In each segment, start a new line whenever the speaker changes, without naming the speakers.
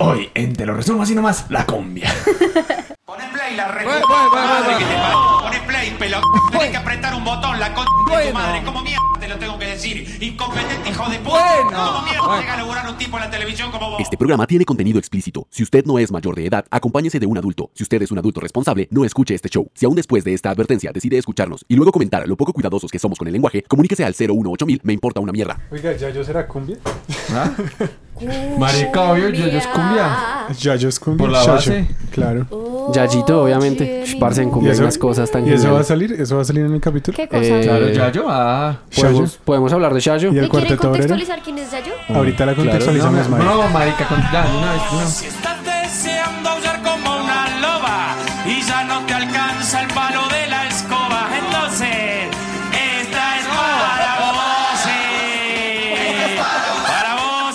Hoy, en Te lo resumo así nomás, la cumbia.
Poné play, la red.
Bueno, bueno, bueno,
madre
bueno.
que te parió. Poné play, pelo. Tenés
Bueno.
que apretar un botón, la con de tu
Bueno.
madre. ¿Cómo mierda te lo tengo que decir? Incompetente, hijo de puta.
Bueno.
¿Cómo mierda
Bueno.
llega a laburar un tipo en la televisión como vos?
Este programa tiene contenido explícito. Si usted no es mayor de edad, acompáñese de un adulto. Si usted es un adulto responsable, no escuche este show. Si aún después de esta advertencia decide escucharnos y luego comentar lo poco cuidadosos que somos con el lenguaje, comuníquese al 018000, me importa una mierda.
Oiga, ¿Yayo será cumbia?
Marica, obvio, yo, yo es
Ah.
cumbia.
¿Yayo es cumbia?
Por la
Chacho,
base.
Claro.
Uh.
Yayito, obviamente. Sh, parce, en
¿Y
cumbia hay
eso?
unas cosas tan
¿Y eso va a
geniales.
salir? ¿Eso va a salir en el capítulo?
¿Qué cosa?
Eh,
Claro,
Eh,
ya yo, ah.
¿Yayo?
¿Podemos, podemos hablar de Shayo?
¿Y
¿Me
el
quieren
cuarteto obrero?
contextualizar quién es Yayo?
Ahorita la
No,
contextualizamos,
no,
Mari.
no, marica, con, ya, de una vez, de una vez.
Si estás deseando aullar como una loba y ya no te alcanza el palo de la escoba, entonces esta es para vos. sí. Para vos.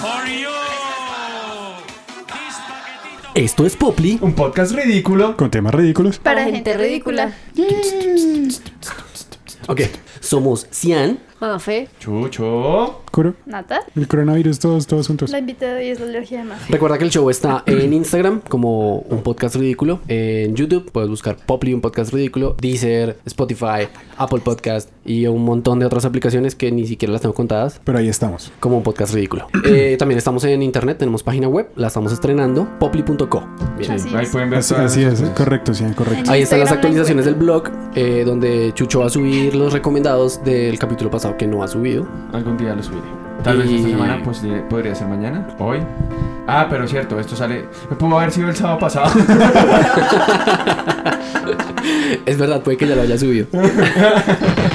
For you. This paquetito
Esto es Poply.
Un podcast ridículo.
Con temas ridículos.
Para gente ridícula.
Ok. Somos Cian.
Mafe,
Chucho.
Curo.
Nata,
El coronavirus, todos, todos juntos.
la invitada de hoy es la alergia de Mafe.
Recuerda que el show está en Instagram como un podcast ridículo. En YouTube puedes buscar Poply, un podcast ridículo. Deezer, Spotify, Apple Podcast y un montón de otras aplicaciones que ni siquiera las tengo contadas.
Pero ahí estamos.
Como un podcast ridículo. Eh, también estamos en internet, tenemos página web, la estamos estrenando, poply.co. Bien.
Así
Ahí
es.
pueden ver.
Así,
todas
así
las
es, eh.
cosas.
correcto, sí, correcto.
Ahí están las
Instagram la
actualizaciones del blog, eh, donde Chucho va a subir los recomendados del capítulo pasado que no ha subido.
Algún día lo subiré. Tal vez
Y-
esta semana, pues de- podría ser mañana, hoy. Ah, pero cierto, esto sale. Pudo haber sido el sábado pasado.
Es verdad, puede que ya lo haya subido.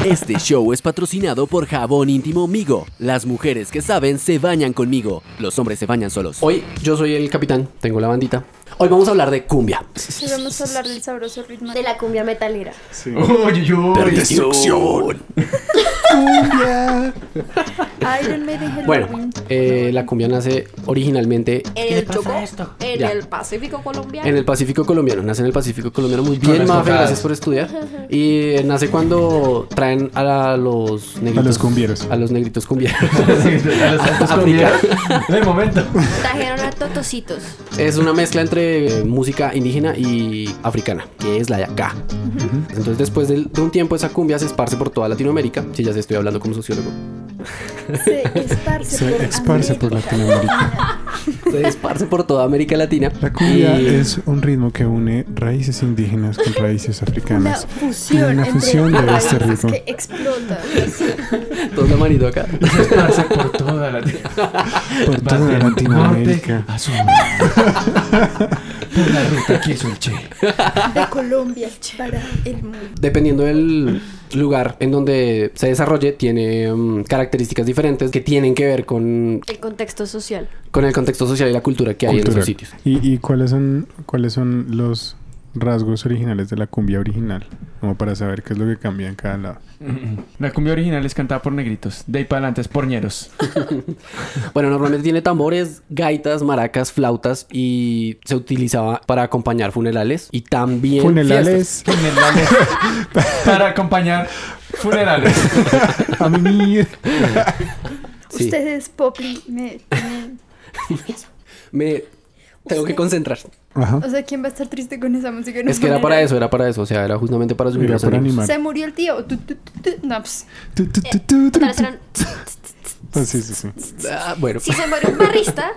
Este show es patrocinado por Jabón Íntimo Migo. Las mujeres que saben se bañan conmigo. Los hombres se bañan solos.
Hoy yo soy el capitán, tengo la bandita. Hoy vamos a hablar de cumbia.
Sí, vamos a hablar del sabroso ritmo
de la cumbia metalera.
Oye, yo.
Destrucción.
Iron Maiden Halloween.
Bueno, eh, la cumbia nace originalmente
En el Chocó, en
Ya.
el Pacífico colombiano.
en el Pacífico colombiano. Nace en el Pacífico colombiano. Muy bien,
las
Mafe,
cocadas.
gracias por estudiar. Y eh, nace cuando traen a la- los negritos.
los cumbieros.
A los negritos cumbieros.
A los santos comieron. De momento.
Trajeron a Totositos.
Es una mezcla entre eh, música indígena y africana, que es la de acá. Entonces, después del- de, un tiempo, esa cumbia se esparce por toda Latinoamérica. Si ya se estoy hablando como sociólogo.
Se esparce
Se
por
esparce por
América.
Latinoamérica.
Se esparce por toda América Latina.
La cumbia
Y-
es un ritmo que une raíces indígenas con raíces
Una
africanas. Una
fusión, entre
fusión de
raíces
este ritmo.
que explota.
Todo la manito acá.
Esparce por toda la
Por toda Latinoamérica.
A sur. Por la ruta que hizo el Che.
De Colombia para el mundo.
Dependiendo del lugar en donde se desarrolle, tiene mm, características diferentes que tienen que ver con,
El contexto social.
con el contexto social y la cultura que hay en
Cultural.
esos sitios.
¿Y, y cuáles son cuáles son los rasgos originales de la cumbia original? Como para saber qué es lo que cambia en cada lado.
La cumbia original es cantada por negritos. De ahí para adelante es por ñeros.
Bueno, normalmente tiene tambores, gaitas, maracas, flautas y se utilizaba para acompañar funerales y también
Funerales.
fiestas.
Funerales. para acompañar funerales.
A mí.
Sí.
Ustedes, Poply, me tienen-
Me tengo que concentrar.
Ajá.
O sea, ¿quién va a estar triste con esa música? en un
Es que era para
funeral?
eso, era para eso, o sea, era justamente para subir
Mira,
los
por
ánimos.
animar.
Se murió el tío. Tu, tu, tu, tu. No, pues.
Tu, tu, tu, tu, tu,
Entonces
tu.
eran-
Ah, sí, sí, sí.
Ah, bueno,
si se muere un barrista,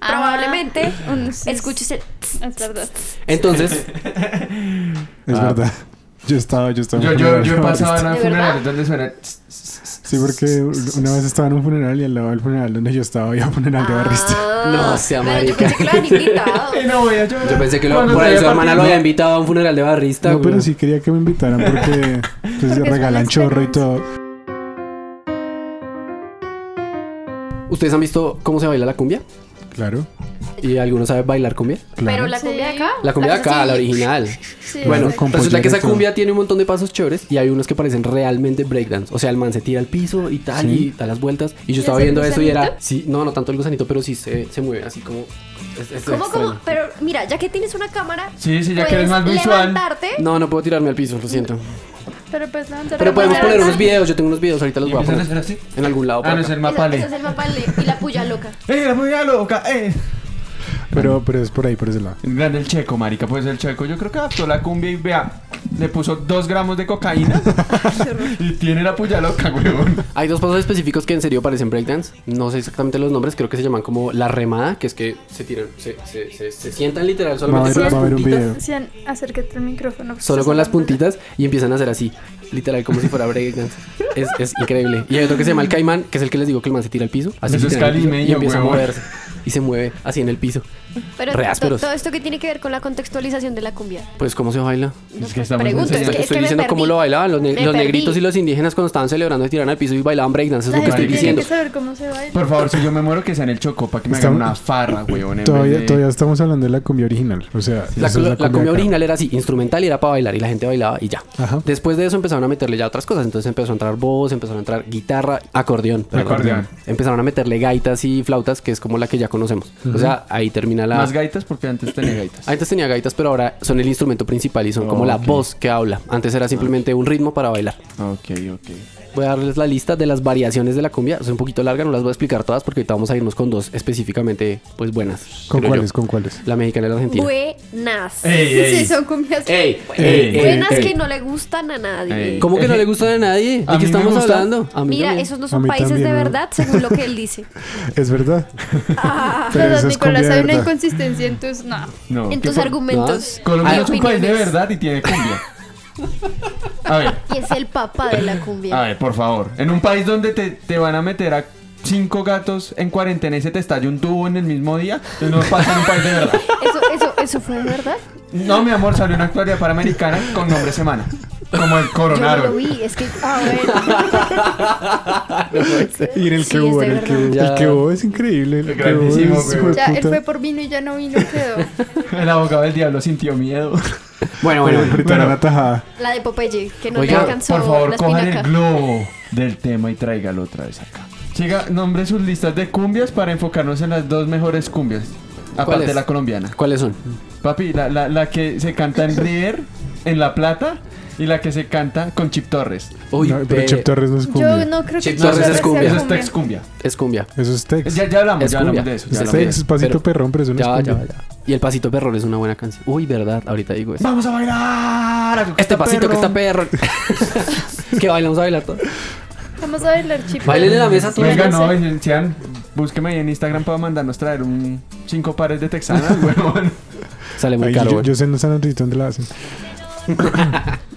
Ah.
probablemente
un- sí,
escuches el...
oh, Es verdad.
entonces
Es
Ah.
verdad. Yo estaba, yo estaba. en
Yo,
un
yo,
funeral.
yo he pasado en
¿De
funerales donde suena.
Sí, porque una vez estaba en un funeral y al lado del funeral donde yo estaba había un funeral de
Ah.
barrista.
No sea
Pero
marica.
Yo pensé que lo habían invitado.
Y no voy a llorar.
yo pensé que lo-
Cuando
por ahí
te
su
vea
hermana lo
partiendo.
había invitado a un funeral de barrista.
No, pero
güey.
sí quería que me invitaran porque pues,
Porque es
regalan
una
chorro y
experiencia.
todo.
¿Ustedes han visto cómo se baila la cumbia?
Claro,
¿Y alguno sabe bailar cumbia?
Pero
claro.
la cumbia de
Sí.
acá...
La cumbia de acá,
sí.
la original.
Sí,
Bueno,
con
resulta que esa
pollerito.
cumbia tiene un montón de pasos chéveres y hay unos que parecen realmente breakdance. O sea, el man se tira al piso y tal
Sí.
y da las vueltas. Y yo estaba
hace el
viendo eso y era.
gusanito?
Sí, no, no tanto el gusanito, pero sí se, se mueve así como. es- es
¿Cómo,
extraño.
cómo? Pero mira, ya que tienes una cámara...
Sí, sí,
Pues
ya que
puedes
eres más visual.
levantarte...
No, no puedo tirarme al piso, lo siento.
Pero pues levantar
Pero
la
podemos
mano.
poner unos videos, yo tengo unos videos, ahorita los
Y
voy a
empiezan a
poner.
hacer así.
En algún lado. por
Ah, no
acá.
es el
Esa-
mapale.
Ese es el mapale y la puya loca.
¡Eh, la muy loca! ¡Eh!
Pero, pero es por ahí, por ese lado.
Grande el checo, marica. Pues el checo yo creo que adaptó la cumbia y vea, le puso dos gramos de cocaína y tiene la puya loca, huevón.
Hay dos pasos específicos que en serio parecen breakdance. No sé exactamente los nombres, creo que se llaman como la remada, que es que se tiran, se, se- se- se sientan literal
Vamos
solamente
a
con
ver,
las
vamos a ver un
puntitas.
video.
Sean, acércate al micrófono. pues,
Solo
estás
con las
hablando.
puntitas y empiezan a hacer así. Literal, como si fuera breakdance. Es, es increíble. Y hay otro que se llama el caimán, que es el que les digo que el man se tira al piso. Así
Eso es
se tira al piso y
calimeño,
empieza
huevón.
a moverse. Y se mueve así en el piso.
Pero
Re
to-
ásperos.
todo esto que tiene que ver con la contextualización de la cumbia.
Pues, ¿cómo se baila?
No,
que
pues,
estamos
pregunto, es
enseñando.
que, es
Estoy
que me
diciendo
perdí.
cómo lo bailaban. Los, ne-
Me
los
perdí.
negritos y los indígenas cuando estaban celebrando se tiran al piso y bailaban breakdance. Es
La
lo que estoy
gente tiene
diciendo.
que saber cómo se baila.
Por favor, si yo me muero, que sea en el choco para que me hagan
Estamos-
una farra, huevón. en vez
Todavía,
de-
todavía estamos hablando de la cumbia original. O sea,
La,
esa es
la- la cumbia
acá.
original era así, instrumental y era para bailar y la gente bailaba y ya.
Ajá.
Después de eso empezaron a meterle ya otras cosas, entonces empezó a entrar voz, empezaron a entrar guitarra, acordeón. perdón.
Acordeón.
Empezaron a meterle gaitas y flautas, que es como la que ya conocemos. O sea, ahí termina la... Ah,
Más gaitas porque antes tenía gaitas.
antes tenía gaitas, pero ahora son el instrumento principal y son como la
Ok.
voz que habla. Antes era simplemente un ritmo para bailar.
Ok, ok.
Voy a darles la lista de las variaciones de la cumbia. Es un poquito larga, no las voy a explicar todas porque ahorita vamos a irnos con dos específicamente, pues buenas.
¿Con
creo
cuáles?
yo.
¿Con cuáles?
La mexicana y la argentina.
Buenas.
Eh,
Sí, son cumbias.
Ey, eh,
Ey,
Buenas
ey,
que
ey.
no le gustan a nadie.
Ey.
¿Cómo que no
Eh,
le gustan a nadie? ¿De
A mí
qué
me
estamos
gusta.
hablando? Eh, A mí
Mira,
también.
esos no
A
son
mí
países
también,
de
¿no?
verdad, según lo que él dice.
Es verdad. Pero
Ah, Pero
esa es cumbia
Nicolás, hay
de
una
verdad.
inconsistencia en tus. No.
No.
en
¿qué
tus
por-
argumentos.
Colombia
y
es un país de
opiniones.
verdad y tiene cumbia. A ver,
Y es el papá de la
a
cumbia.
ver, por favor. En un país donde te, te van a meter a cinco gatos en cuarentena y se te estalla un tubo en el mismo día, pues no pasa en un país de verdad.
Eso, eso, eso fue de verdad.
No, mi amor, salió una actualidad panamericana con nombre semana. Como el
Yo no lo
coronaron.
vi, es que. Ah, bueno.
Y en el
Sí,
que
es
hubo,
de
en el que
verdad.
hubo. El que hubo es increíble. El que hubo
Grandísimo,
es,
güey.
Ya, él
hijueputa.
fue por vino y ya no vino, quedó.
El abogado del diablo sintió miedo.
Bueno, bueno, bueno.
Ahorita era la tajada.
La de Popeye, que no le
Oiga,
alcanzó
por favor,
la
cojan
espinaca.
el globo del tema y tráigalo otra vez acá. Siga, nombre sus listas de cumbias para enfocarnos en las dos mejores cumbias. Aparte
¿Cuáles?
de la colombiana.
¿Cuáles son?
Papi, la, la- la que se canta en River, en La Plata, y la que se canta con Chip Torres.
Uy,
No, pero
eh,
Chip Torres no es cumbia.
Yo no creo que
Chip Torres
Torres
es
sea
cumbia.
Eso es tex cumbia.
es cumbia.
Eso es Tex.
Ya, ya hablamos,
Es
ya
cumbia.
hablamos de eso.
Es
Ya
Es
hablamos de
Tex,
eso.
es pasito
Pero-
perrón, pero eso no
Ya,
es
ya,
cumbia.
ya. Y el pasito perro es una buena canción. Uy, verdad, ahorita digo eso.
Vamos a bailar. a-
Este pasito que está
perro.
perro. que bailamos a bailar todo.
Vamos a bailar, chip.
Bailen en la mesa todo.
Venga,
no
no, y- sean, búsqueme ahí en Instagram para mandarnos traer un cinco pares de texanas, huevón.
Sale muy
Ahí
caro.
yo,
güey.
yo sé no están ahorita dónde la hacen.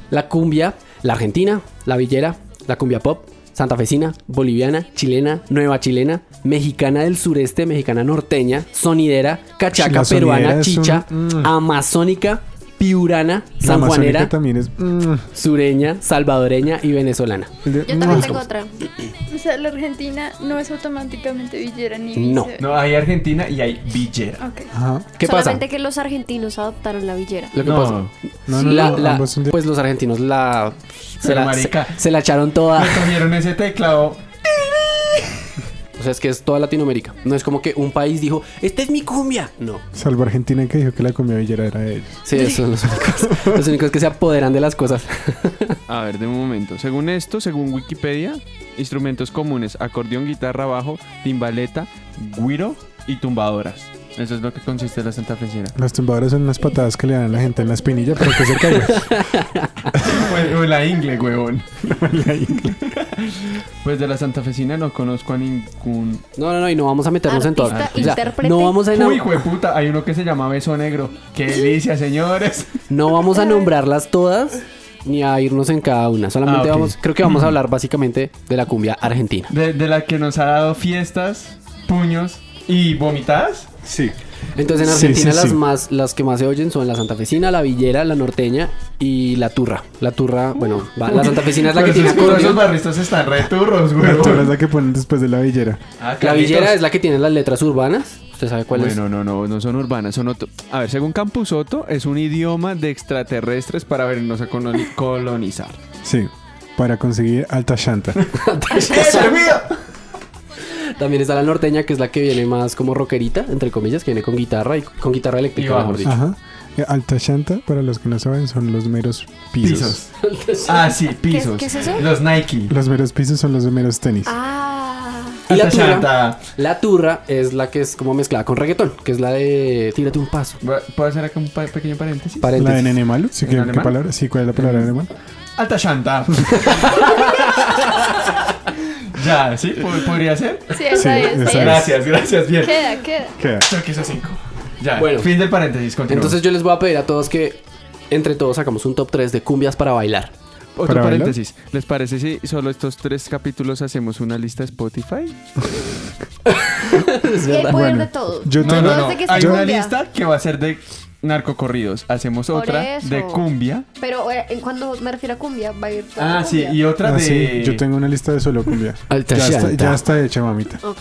La cumbia, la argentina, la villera, la cumbia pop, santafesina, boliviana, chilena, nueva chilena, mexicana del sureste, mexicana norteña, sonidera, cachaca
La sonidera
peruana,
es un-
chicha,
mm.
amazónica, piurana,
La amazónica
sanjuanera,
también es. mm,
sureña, salvadoreña y venezolana.
el de-
Yo también
mm.
tengo otra.
O sea, la Argentina no es automáticamente villera ni
No.
vice-
No, hay Argentina y hay Villera.
Ok.
Ajá.
¿Qué pasa?
Solamente que los argentinos adoptaron la villera.
Lo que
No.
pasa.
No, no,
La-
no,
la-
ambos son de-
pues los argentinos la se,
Pero,
la se,
marica.
se la echaron toda.
Me cogieron ese teclado.
O sea, es que es toda Latinoamérica. No es como que un país dijo, "Esta es mi cumbia." No.
Salvo Argentina que dijo que la comida villera era de ellos.
Sí, esos son los únicos, los únicos que se apoderan de las cosas.
A ver, de un momento. Según esto, según Wikipedia, instrumentos comunes, acordeón, guitarra, bajo, timbaleta, guiro y tumbadoras. Eso es lo que consiste la Santa Fecina.
Las tumbadoras son unas patadas que le dan a la gente en la espinilla para que se caiga.
o la ingle, huevón. pues de la Santa Fecina no conozco a ningún...
No, no, no, y no vamos a meternos en todo.
Artista,
O sea,
intérprete.
no vamos a
Uy,
enam-
hijo de puta, hay uno que se llama Beso Negro. ¡Qué delicia, señores!
no vamos a nombrarlas todas ni a irnos en cada una. Solamente
Ah, ok.
vamos, creo que vamos a hablar básicamente de la cumbia argentina.
De, de la que nos ha dado fiestas, puños y vomitadas.
Sí.
Entonces en
Sí,
Argentina
sí,
las
sí.
más las que más se oyen son la santafesina, la villera, la norteña y la turra. La turra, bueno, va- la santafesina es la
Pero
que tiene
esos, pero esos
acordeón.
barristas están returros, güey.
La torre es la que ponen después de la villera.
Ah,
La villera es la que tiene las letras urbanas. ¿Usted sabe cuál es?
Bueno, no, no, no son urbanas, son otro. A ver, según Campusoto, es un idioma de extraterrestres para venirnos a coloni- colonizar.
Sí. Para conseguir alta chanta.
También está la norteña, que es la que viene más como rockerita, entre comillas, que viene con guitarra y con guitarra eléctrica,
Y
mejor
bajos.
dicho.
Ajá. Eh, Alta chanta, para los que no saben, son los meros pisos.
Ah, sí, pisos.
qué es eso?
Los Nike.
Los meros pisos son los meros tenis.
Ah.
Y la
Hasta
turra,
chata.
la turra es la que es como mezclada con reggaetón, que es la de tírate un paso.
Va- ¿Puedo hacer acá un pa- pequeño paréntesis?
¿La de
Paréntesis.
nene malo? Sí,
¿En
¿qué, qué
alemán?
palabra? Sí, ¿cuál es la palabra en alemán?
Alta Shanta. ya, ¿sí? ¿Po- ¿Podría ser?
Sí, esa
Sí,
es.
esa
sí.
es.
Gracias, gracias, bien.
Queda, queda.
¿Qué?
Creo que hizo cinco. Ya,
Bueno.
fin del paréntesis, continúa.
Entonces yo les voy a pedir a todos que entre todos sacamos un top 3 de cumbias para bailar.
Otro
¿Para bailar?
paréntesis. ¿Les parece si solo estos tres capítulos hacemos una lista de Spotify?
Y hay poder
Bueno,
de todos.
Yo
no,
tengo...
no,
No
no.
sé qué es
Hay una
cumbia.
lista que va a ser de narcocorridos. Hacemos
Por
otra
eso.
de cumbia.
Pero eh, en cuando me refiero a cumbia, va a ir todo
Ah, sí,
cumbia.
y otra
Ah,
de.
sí, yo tengo una lista de solo cumbia.
Alta
ya, está,
llanta.
ya está hecha, mamita.
Ok.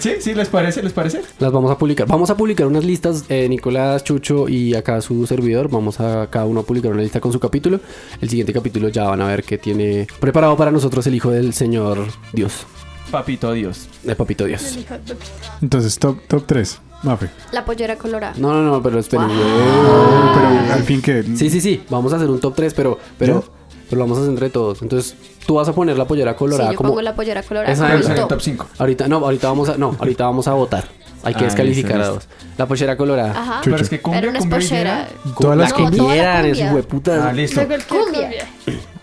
¿Sí? ¿Sí? ¿Les parece? ¿Les parece?
Las vamos a publicar. Vamos a publicar unas listas. eh, Nicolás, Chucho y acá su servidor. Vamos a cada uno a publicar una lista con su capítulo. El siguiente capítulo ya van a ver qué tiene preparado para nosotros el hijo del señor Dios.
Papito Dios.
El papito Dios.
Hijo de puta.
Entonces, top, top 3. Mafe.
La pollera colorada.
No, no, no, pero esperen.
Pero al fin que...
Sí, sí, sí. Vamos a hacer un top 3, pero, pero,
¿Yo?
pero lo vamos a hacer entre todos. Entonces, tú vas a poner la pollera colorada
sí, yo
como.
pongo la pollera colorada.
Esa
como
es
el
en el
top.
top 5.
Ahorita, no, ahorita vamos a. No, ahorita vamos a votar. Hay que
Ah,
descalificar
listo,
a dos. La pollera colorada.
Ajá.
Chucho.
Pero es que cumbia,
Pero una
cumbia y
espochera.
dinero.
Todas
la
las
que
No, toda la
quieran, es
cumbia.
hueputas.
Ah, listo.
Cualquier
Cumbia.
cumbia.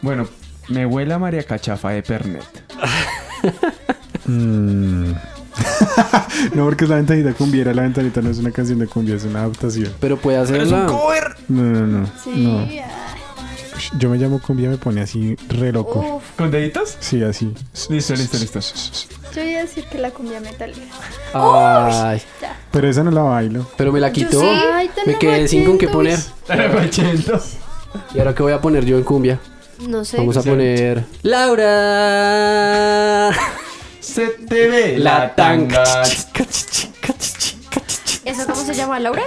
Bueno, me huela María Cachafa de Pernet.
Mm. no, porque es la ventanita cumbiera. La ventanita no es una canción de cumbia, es una adaptación.
Pero puede hacerla.
No, no, no.
Sí. ah,
no.
ay.
Ush, Yo me llamo cumbia, me pone así re loco.
Oh.
Uf,
¿Con deditos?
Sí, así.
Listo, listo, listo.
Yo iba a decir que la cumbia metalera.
Ay,
Pero esa no la bailo.
pero me la quitó.
sí.
Ay, tan
me quedé sin con qué poner.
aguachentos.
Pachento.
¿Y ahora qué voy a poner yo en cumbia?
no sé.
Vamos a
Sí.
poner. ¡Laura!
Se te ve
La tanga.
¿Eso cómo se llama, Laura?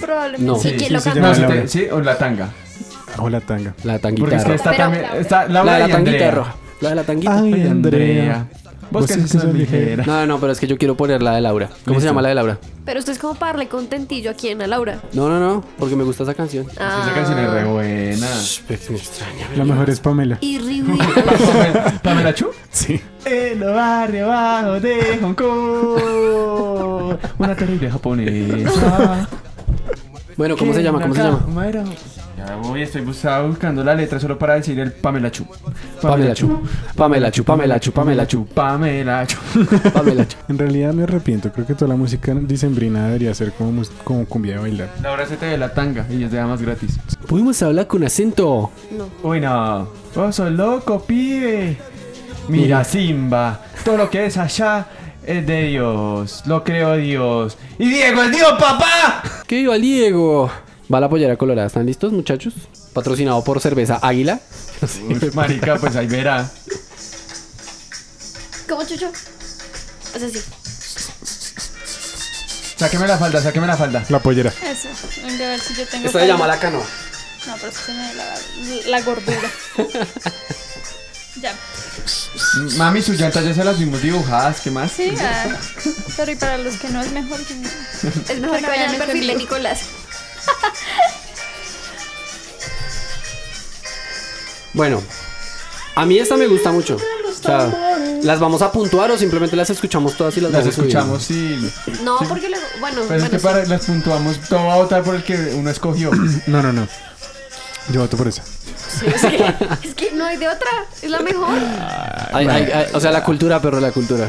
Probablemente.
No.
Sí, ¿quién lo
se
canta?
llama
No,
se
Laura.
te- Sí, o la tanga.
O la tanga.
La
Porque es que
tanguita roja.
está
Pero-
también. Está
La
Laura
de la
y
tanguita
Andrea.
roja. La de la
Ay,
tanguita.
Ay,
Andrea.
Andrea. Vos que sos ligera.
No, no, pero es que yo quiero poner la de Laura. ¿Cómo se
Listo.
llama la de Laura?
Pero usted es como para darle contentillo aquí en a Laura.
No, no, no, porque me gusta esa canción.
Esa canción es re buena.
Me extraña.
La mejor es Pamela.
Y Riviera.
Pamela- Pamela Chu.
Sí.
El barrio bajo de Hong Kong. Una terrible japonesa.
Bueno, ¿cómo se llama? ¿Cómo se llama?
Ya voy, estoy buscando, buscando la letra solo para decir el Pamela Chu.
Pamela Chu. Pamela Chu, Pamela Chu, Pamela Chu,
Pamela Chu.
Pamela Chu.
En realidad me arrepiento. Creo que toda la música dicembrina debería ser como, mus- como cumbia de bailar.
Laura se te ve la tanga y es de más gratis.
Pudimos hablar con acento.
Bueno, vos sos loco, pibe. Mira, Simba, todo lo que es allá es de Dios. Lo creó Dios. ¡Y Diego es Dios, papá!
¿Qué viva Diego? Va la pollera colorada. ¿Están listos, muchachos? Patrocinado por cerveza Águila.
Uy, Marica, pues ahí verá.
¿Cómo, Chucho? O sea, sí.
Sáqueme la falda, sáqueme la falda.
La pollera.
Eso. Venga, a ver si yo tengo.
Esta se llama
falda.
la canoa.
No, pero se me la, la gordura. ya.
Mami, sus llantas ya se las vimos dibujadas, ¿qué más?
Sí, ah, pero y para los que no es mejor. que no.
Es mejor que
Bueno,
vayan
ya
al perfil
me
de
entendí.
Nicolás.
Bueno, a mí esta me gusta mucho. O sea, ¿las vamos a puntuar o simplemente las escuchamos todas y las,
Las
vamos subiendo?
escuchamos y.
No, porque luego. Bueno,
Pues es
bueno,
que
sí.
para, las puntuamos. Todo va a votar por el que uno escogió.
No, no, no. Yo voto por esa.
Es que no hay de otra. Es la mejor.
Ay, ay, ay, o sea, la cultura, perro, la cultura.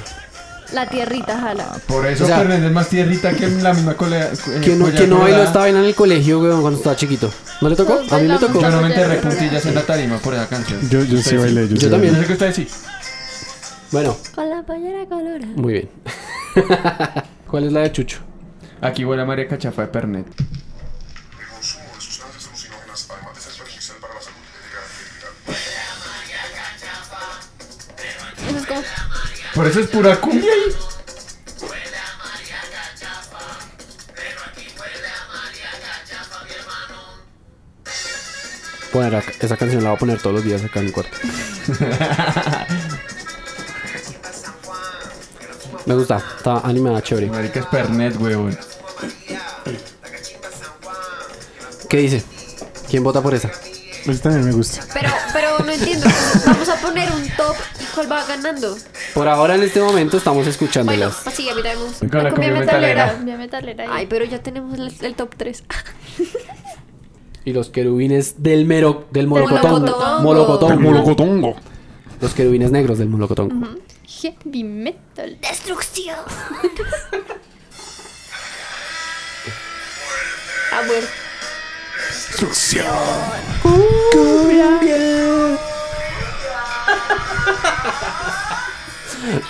La tierrita jala.
Por eso
O sea-
Fernández es más tierrita que la misma eh, colega.
Que no, que no bailó esta vaina en el colegio, weón, cuando estaba chiquito. ¿No le tocó?
Todos
A mí me
bailamos.
tocó.
Yo no me enterré puntillas en la tarima por esa canción.
Yo, yo sí bailé. Yo, sí
Yo
bailé.
Yo también.
sé que ustedes sí.
Bueno,
Con la pollera colorada.
muy bien. ¿Cuál es la de Chucho?
Aquí huele a María Cachafa de Pernet.
Eso es como.
Por eso es pura cumbia ahí.
Poner acá- esa canción la voy a poner todos los días acá en mi cuarto. Me gusta, está animada, chévere.
Marica es Pernet, huevón.
¿Qué dice? ¿Quién vota por esa?
Esa también me gusta.
Pero, pero no entiendo. Vamos a poner un top y cuál va ganando.
Por ahora, en este momento, estamos
Bueno,
escuchándolas.
pues sí, a mí también me gusta.
Con la cumbia metalera.
Cumbia metalera.
Ay, pero ya tenemos el, el top 3.
Y los querubines del mero... Del molocotón.
molocotongo.
Molocotón.
Del
Molocotongo.
Los querubines negros del molocotón.
Heavy metal.
¡Destrucción! ah, bueno.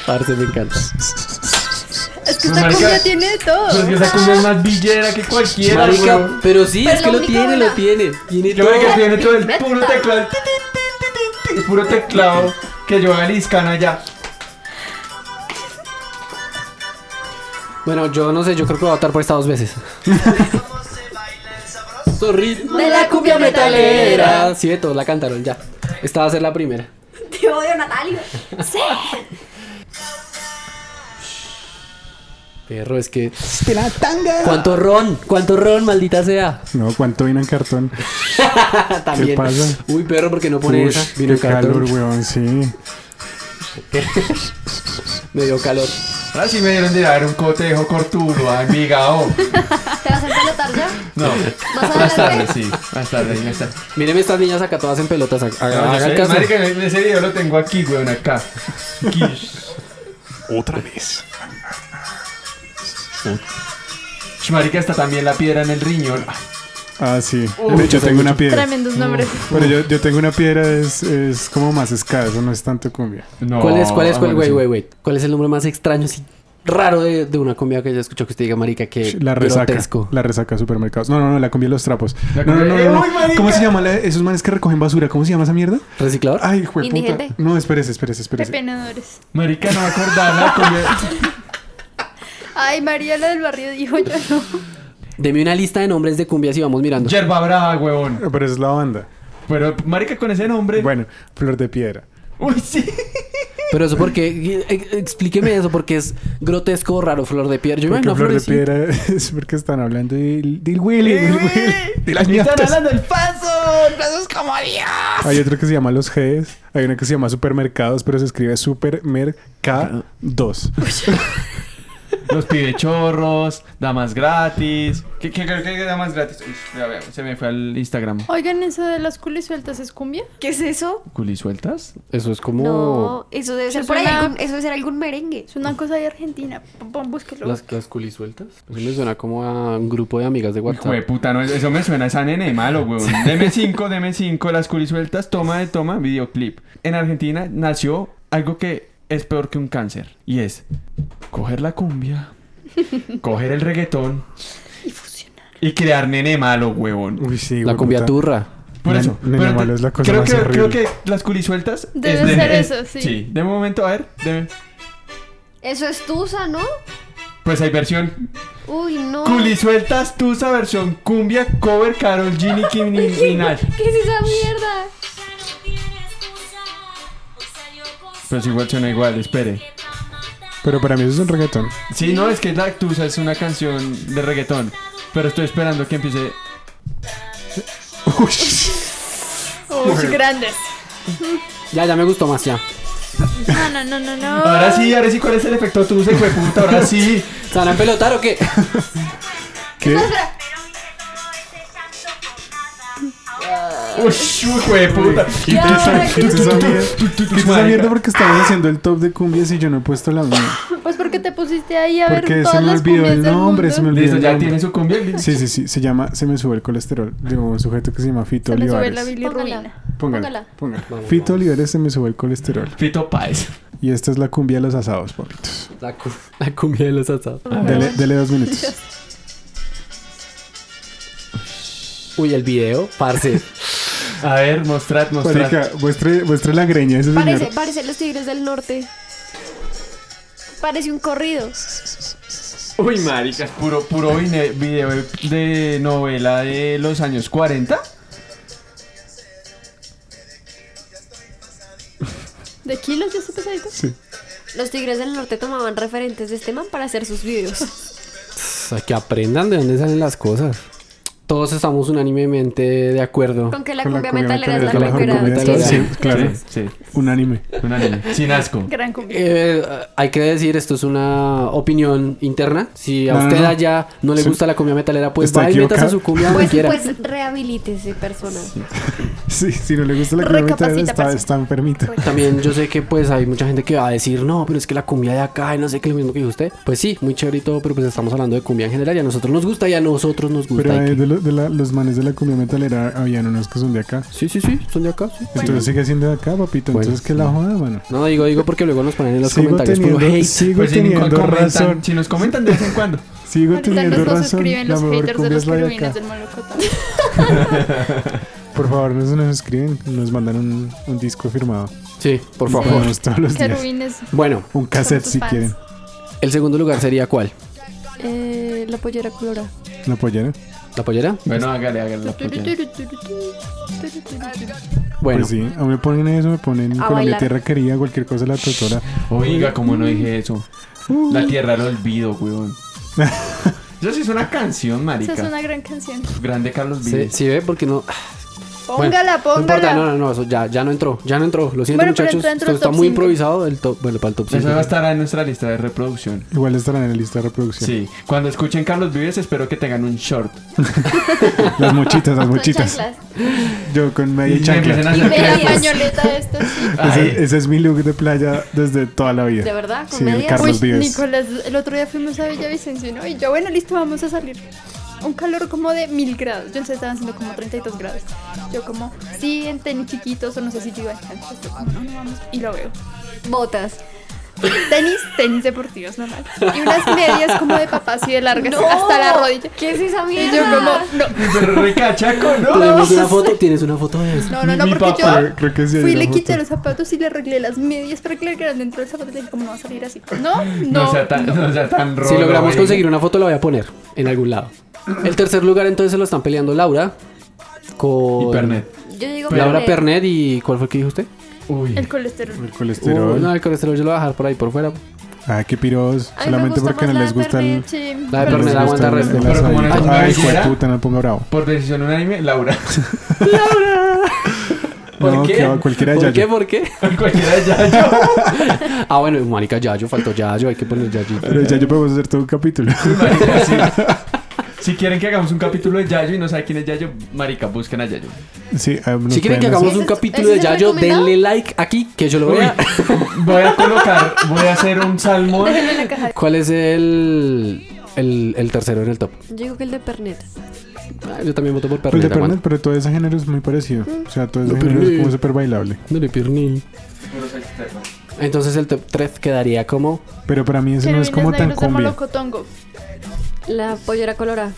Parce, me encanta.
Es que esta cumbia tiene de todo.
Es Pues que esa cumbia es más villera que cualquiera, güey.
Marica, pero sí,
Pero
es que
la
lo
única
tiene, lo
buena.
tiene. Tiene
Yo
todo.
creo que tiene todo el puro teclado. ti, ti, ti, ti, ti, Puro teclado que yo galiscana ya.
Bueno, yo no sé, yo creo que voy a votar por esta dos veces. Sorrito
De la cumbia metalera.
Sí, de todos la cantaron ya. Esta va a ser la primera.
Te odio, Natalia. ¡Sí!
Perro, es que. ¿Cuánto ron? ¿Cuánto ron, maldita sea?
No, ¿cuánto vino en cartón?
También.
pasa?
Uy, perro, porque no pone
Ush,
esa? Vino
qué calor,
calor,
weón, sí.
Me dio calor.
Ahora sí me dieron de dar un cotejo cortulo a Envigado.
¿Te vas a pelotar ya?
No,
¿Vas
más
a
tarde,
adelante?
sí. Más tarde, más tarde.
Miren estas niñas acá todas en pelotas. ha-
No,
ha-
yo
Hagan
sé,
caso.
Marica, en ese video lo tengo aquí, weón, acá. Aquí.
Otra vez.
Sh, Marica, está también la piedra en el riñón.
Ah, sí. Yo- yo tengo una piedra.
Tremendos nombres.
Pero yo, yo tengo una piedra, es, es como más escasa, eso no es tanto cumbia.
No,
¿Cuál es, cuál es,
ah,
cuál,
bueno,
güey,
sí.
güey, güey? ¿Cuál es el nombre más extraño, así raro de, de una comida que yo escucho que usted diga, marica, que
La resaca.
Eh, grotesco?
La resaca de supermercados. No, no, no, la cumbia de los trapos.
La
No, no,
cumbia-
no,
¡Eh,
no, no.
uy, marica!
¿Cómo se llama la- esos manes que recogen basura? ¿Cómo se llama esa mierda?
¿Reciclador?
Ay, hijo de puta.
Indigente.
No, espérese, espérese, espérese.
Pepenadores.
Marica, no me acordaba la cumbia.
Ay, María, la del barrio dijo yo no.
Deme una lista de nombres de cumbias y vamos mirando.
Yerba brava, weón.
Pero es la banda.
Pero, Marica, con ese nombre.
Bueno, flor de piedra.
Uy, sí.
Pero eso porque, ex- explíqueme eso, porque es grotesco, raro, flor de piedra. Yo
Porque
imagino
flor de
florecita.
piedra es porque están hablando del, del Willy, del Willy, de las
Están
ñatas.
hablando del paso. El paso es como Dios.
Hay otro que se llama Los Gs, hay una que se llama Supermercados, pero se escribe Supermercados.
Los pibechorros, damas gratis. ¿Qué, qué, qué, qué damas gratis? Uy, ya veo, se me fue al Instagram.
Oigan, eso de las culisueltas es cumbia.
¿Qué es eso?
¿Culisueltas?
Eso es como
No, eso debe ser
Eso
por ahí.
suena-
algún- eso debe ser algún merengue.
Es una cosa de Argentina. Pum, pum, búsquelo.
las, las culisueltas. Eso me suena como a un grupo de amigas de WhatsApp.
Jue puta, no, eso me suena a esa nene malo, weón. DM5, DM5, las culisueltas, toma de toma, videoclip. En Argentina nació algo que es peor que un cáncer. Y es coger la cumbia, coger el reggaetón
Y fusionar.
y crear nene malo, huevón.
Uy, sí,
la
hueputa.
cumbiaturra.
Por
Nen-
eso.
nene
pero te-
malo es la cosa
creo,
más
que, creo
horrible.
que las culisueltas... es
Debe
de-
ser
es-
eso, sí.
Sí, de momento, a ver, deme.
Eso es Tusa, ¿no?
Pues hay versión
Uy,
Oh.
no.
culisueltas, tusa, versión cumbia, cover, Carol, Gini, Kim, Ni- Minaj.
¿Qué es esa mierda?
Pero si Pues igual suena igual, espere.
Pero para mí eso es un reggaetón.
Sí, no, es que la Tusa es una canción de reggaetón. Pero estoy esperando que empiece.
Uy, Oh, grandes.
Ya, ya me gustó más, ya.
No, no, no, no, no.
Ahora sí, ahora sí, ¿cuál es el efecto Tusa, hijo de puta? Ahora sí.
¿Se van a pelotar o qué?
¿Qué?
Uy, hijo de puta.
¿Qué es esa- qué es esa mierda?
tu, tu,
¿Qué es esa
marica.
mierda? Porque estamos haciendo el top de cumbias y yo no he puesto la mía.
Pues porque te pusiste ahí a ver
Porque
todas
se me
las
olvidó
cumbias
el
del
nombre,
mundo.
se me olvidó
Listo,
el
ya
nombre.
tiene su cumbia.
Sí, sí, sí, se llama Se me sube el colesterol de un sujeto que se llama Fito
Se le sube la
Olivares.
bilirrubina.
Póngala, póngala. Fito Olivares se me sube el colesterol.
Fito Páez.
Y esta es la cumbia de los asados, papitos.
La, cu- la cumbia de los asados.
Dele, dele dos minutos.
Uy, el video, parce.
A ver, mostrad, mostrad.
Marica, vuestre, vuestre la greña, ese señor.
Parece, parece los tigres del norte. Parece un corrido.
Uy, marica, es puro, puro vine- video de novela de los años 40.
¿De kilos ya está pesadito?
Los tigres del norte tomaban referentes de este man para hacer sus videos.
O sea, que aprendan de dónde salen las cosas. todos estamos unánimemente de acuerdo.
Con que la
Con
cumbia metalera es la
metalera.
mejor
mejor
cumbia
metalera.
metalera.
metalera.
Sí, claro.
Sí,
Unánime.
unánime. Sin asco.
Gran cumbia.
Eh, hay que decir, esto es una opinión interna. Si a
No, no,
usted
no.
allá no le
Sí.
gusta la cumbia metalera, pues
Está
va y métase
equivocado.
su cumbia donde
Pues,
quiera.
pues rehabilítese, persona.
Sí, si no le gusta la cumbia
Recapacita,
metalera, está,
persona.
está enfermita.
También yo sé que pues hay mucha gente que va a decir, no, pero es que la cumbia de acá y no sé qué, lo mismo que dijo usted. Pues sí, muy chévere y todo, pero pues estamos hablando de cumbia en general y a nosotros nos gusta y a nosotros nos gusta.
Pero
y
eh,
que-
de, lo- de la- los manes de la cumbia metalera habían unos que son de acá.
Sí, sí, sí, son de acá, sí.
Entonces sigue siendo de acá, papito.
Bueno,
Entonces, que la joda, mano?
No, digo, digo porque luego nos ponen en los
Sigo
comentarios puro
teniendo,
hate.
sigo
Pues si, nos
teniendo
comentan-
razón.
si nos comentan de vez en cuando.
Sigo
Ahorita
teniendo
nos los
Eh, razón.
suscriben
La
los
mejor
haters de
cumbia
los
es la de
querubines
acá.
del Molocotón.
Por favor, no se nos escriben. Nos mandan un, un disco firmado.
Sí, por
Nos
favor.
ponemos todos los días.
Querubines.
Bueno,
Un cassette
tus
si
fans.
quieren.
el segundo lugar sería cuál?
Eh, la pollera colorada.
¿La pollera?
¿La pollera?
Bueno, hágale, hágale la puta.
Bueno,
Pues sí, a mí me ponen eso, me ponen
A
Colombia
bailar.
Tierra Querida, cualquier cosa la totora.
Oiga, como no dije eso. La tierra del olvido, weón. Eso sí es una canción,
Esa es
marica.
una gran canción.
Grande Carlos
sí,
Vives.
sí ve porque no... ah, Bueno,
Póngala,
No importa,
póngala.
no, no, no, eso ya, ya no entró, ya no entró. Lo siento
Bueno, pero
muchachos,
entra
esto
dentro del
está
top
muy
cinco.
improvisado. El top, bueno, para el top
Eso
5.
va a estar en nuestra lista de reproducción.
Igual estarán en la lista de reproducción.
Sí. Cuando escuchen Carlos Vives, espero que tengan un short.
Las mochitas, las
Son
mochitas.
chanclas.
Yo con media
Y empiecen a
chancla.
Y
hacer
ve la
crepas.
pañoleta esta así.
Ay,
Ese, ese es mi look de playa desde toda la vida.
¿De verdad? ¿Con
Sí, el
medias?
Carlos
Uy,
Vives.
Nicolás, el otro día fuimos a Villavicencio, ¿no? Y yo, bueno, listo, vamos a salir. Un calor como de mil grados. Yo no sé, estaban haciendo como 32 grados. Yo como, sí, en tenis chiquitos o no sé si yo iba a chanchas. Yo como, no, no vamos. Y lo veo.
Botas.
Tenis, tenis deportivos, normal. Y unas medias como de papás y de largas
No.
hasta la rodilla.
¿Qué es esa
Y
mierda?
yo como, no,
Pero recachaco, ¿no?
Tenemos una foto, tienes una foto de eso.
no, no, no,
Mi
porque
papá,
yo...
creo que sí hay
Fui y
una
le
foto.
quité los zapatos y le arreglé las medias para que le quedaran dentro del zapato. Y dije, ¿cómo no va a salir así? No,
No,
no.
sea tan, no sea tan eh, rolo,
Si logramos
marica.
conseguir una foto, la voy a poner en algún lado. El tercer lugar, entonces, se lo están peleando Laura con.
Y Pernet.
Yo digo
Laura
Pernet.
Pernet y. ¿Cuál fue el que dijo usted?
Uy.
El colesterol.
El colesterol.
Uh, no, el colesterol yo lo voy a dejar por ahí por fuera.
Ah, qué piros.
A mí me
Solamente
gusta
porque no
más la
les
de
gusta el.
Pernet.
Sí,
La de
no les
Pernet
gusta
aguanta
el-
resto.
el
Pero como
asadito.
no-
Ay,
no quisiera-
hijo de puta, no me ponga bravo.
Por decisión unánime, Laura. ¿Por
No,
qué?
que va, cualquiera
¿Por
ya.
qué?
yo.
¿Por qué?
Cualquiera ya, yo.
Ah, bueno, marica, Yayo, faltó Yayo, hay que poner Yayito.
Pero ya yo podemos hacer todo un capítulo.
Marica, sí. Si quieren que hagamos un capítulo de Yayo y no saben quién es Yayo, marica, busquen a Yayo.
Sí, ah, nos
Si quieren
pueden
que hagamos
hacer-
¿Ese
un
es-
capítulo
ese es
de
el
Yayo,
recomendado?
denle like aquí, que yo lo
Uy,
vea.
voy a colocar, voy a hacer un salmón.
Déjenlo en la caja.
¿Cuál es el, el, el tercero en el top?
Yo digo que el de Pernet.
Ah, yo también voto por
Pues
Pernet.
de Pernet,
aguanta.
pero todo ese género es muy parecido.
Mm.
O sea, todo ese
No,
género es
Pernet.
como súper bailable.
Dale, Pernet. Entonces el top 3 quedaría como
Pero para mí eso no es
Querubines
como tan
negros de
cumbia,
Molocotongo.
La pollera colorada.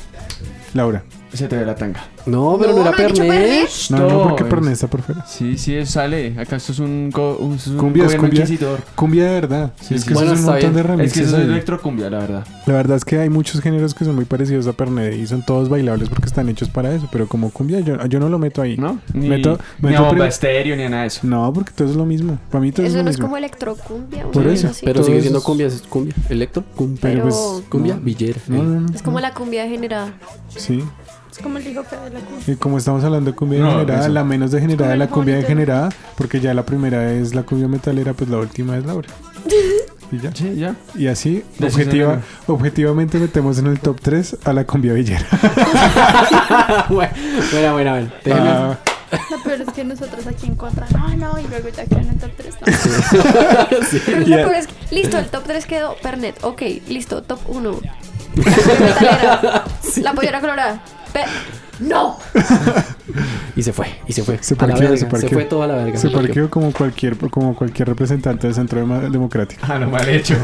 Laura.
Se te ve la tanga.
No, pero no, era
he dicho
Pernet.
No, no, porque
es-
Pernet está por fuera.
Sí, sí, es- sale. Acá esto es un, go, un- es un
Cumbia es
gobierno
cumbia.
inquisidor.
Cumbia de verdad.
Sí,
es
sí.
que eso
Bueno,
es un
está
montón
bien.
de
Es que
remixes.
eso es
ahí.
electrocumbia, la verdad.
La verdad es que hay muchos géneros que son muy parecidos a Pernet y son todos bailables porque están hechos para eso. Pero como cumbia, yo, yo no lo meto ahí.
¿No? Ni,
Meto-
ni
meto
a bomba
prim-
estéreo ni a nada de eso.
No, porque todo es lo mismo. Para mí todo es
Eso
lo
no es
mismo.
como electrocumbia.
Por
una
eso,
cosa así.
Pero
Todos
sigue siendo
esos-
cumbia, es cumbia. Electro, cumbia,
Pero-
Pues, cumbia,
no.
villera.
No, no, no.
Es como la cumbia generada.
Sí.
Es como el hijo de la cumbia.
Y como estamos hablando de cumbia
No,
degenerada,
eso.
la menos
Es
degenerada
como
es la
el
cumbia
favorito.
degenerada, porque ya la primera es la cumbia metalera, pues la última es Laura. Y ya.
Sí, ya.
Y así,
Decisión
objetiva,
libre.
objetivamente metemos en el top 3 a la cumbia villera.
bueno, bueno, bueno. bueno. Déjeme-
Ah,
Lo peor es que nosotros aquí en contra. No, no, y luego ya quedan en top 3.
Pero
Ya.
lo peor es que- listo, el top 3 quedó Pernet. Ok, listo, top 1. metalera. La pollera colorada. Pe- ¡No!
Y se fue, y se fue.
Se
a la
parqueó,
verga.
se
Se,
parqueó.
fue toda la verga.
se parqueó como cualquier, como cualquier representante del centro Dema- democrático.
Ah, no, mal hecho.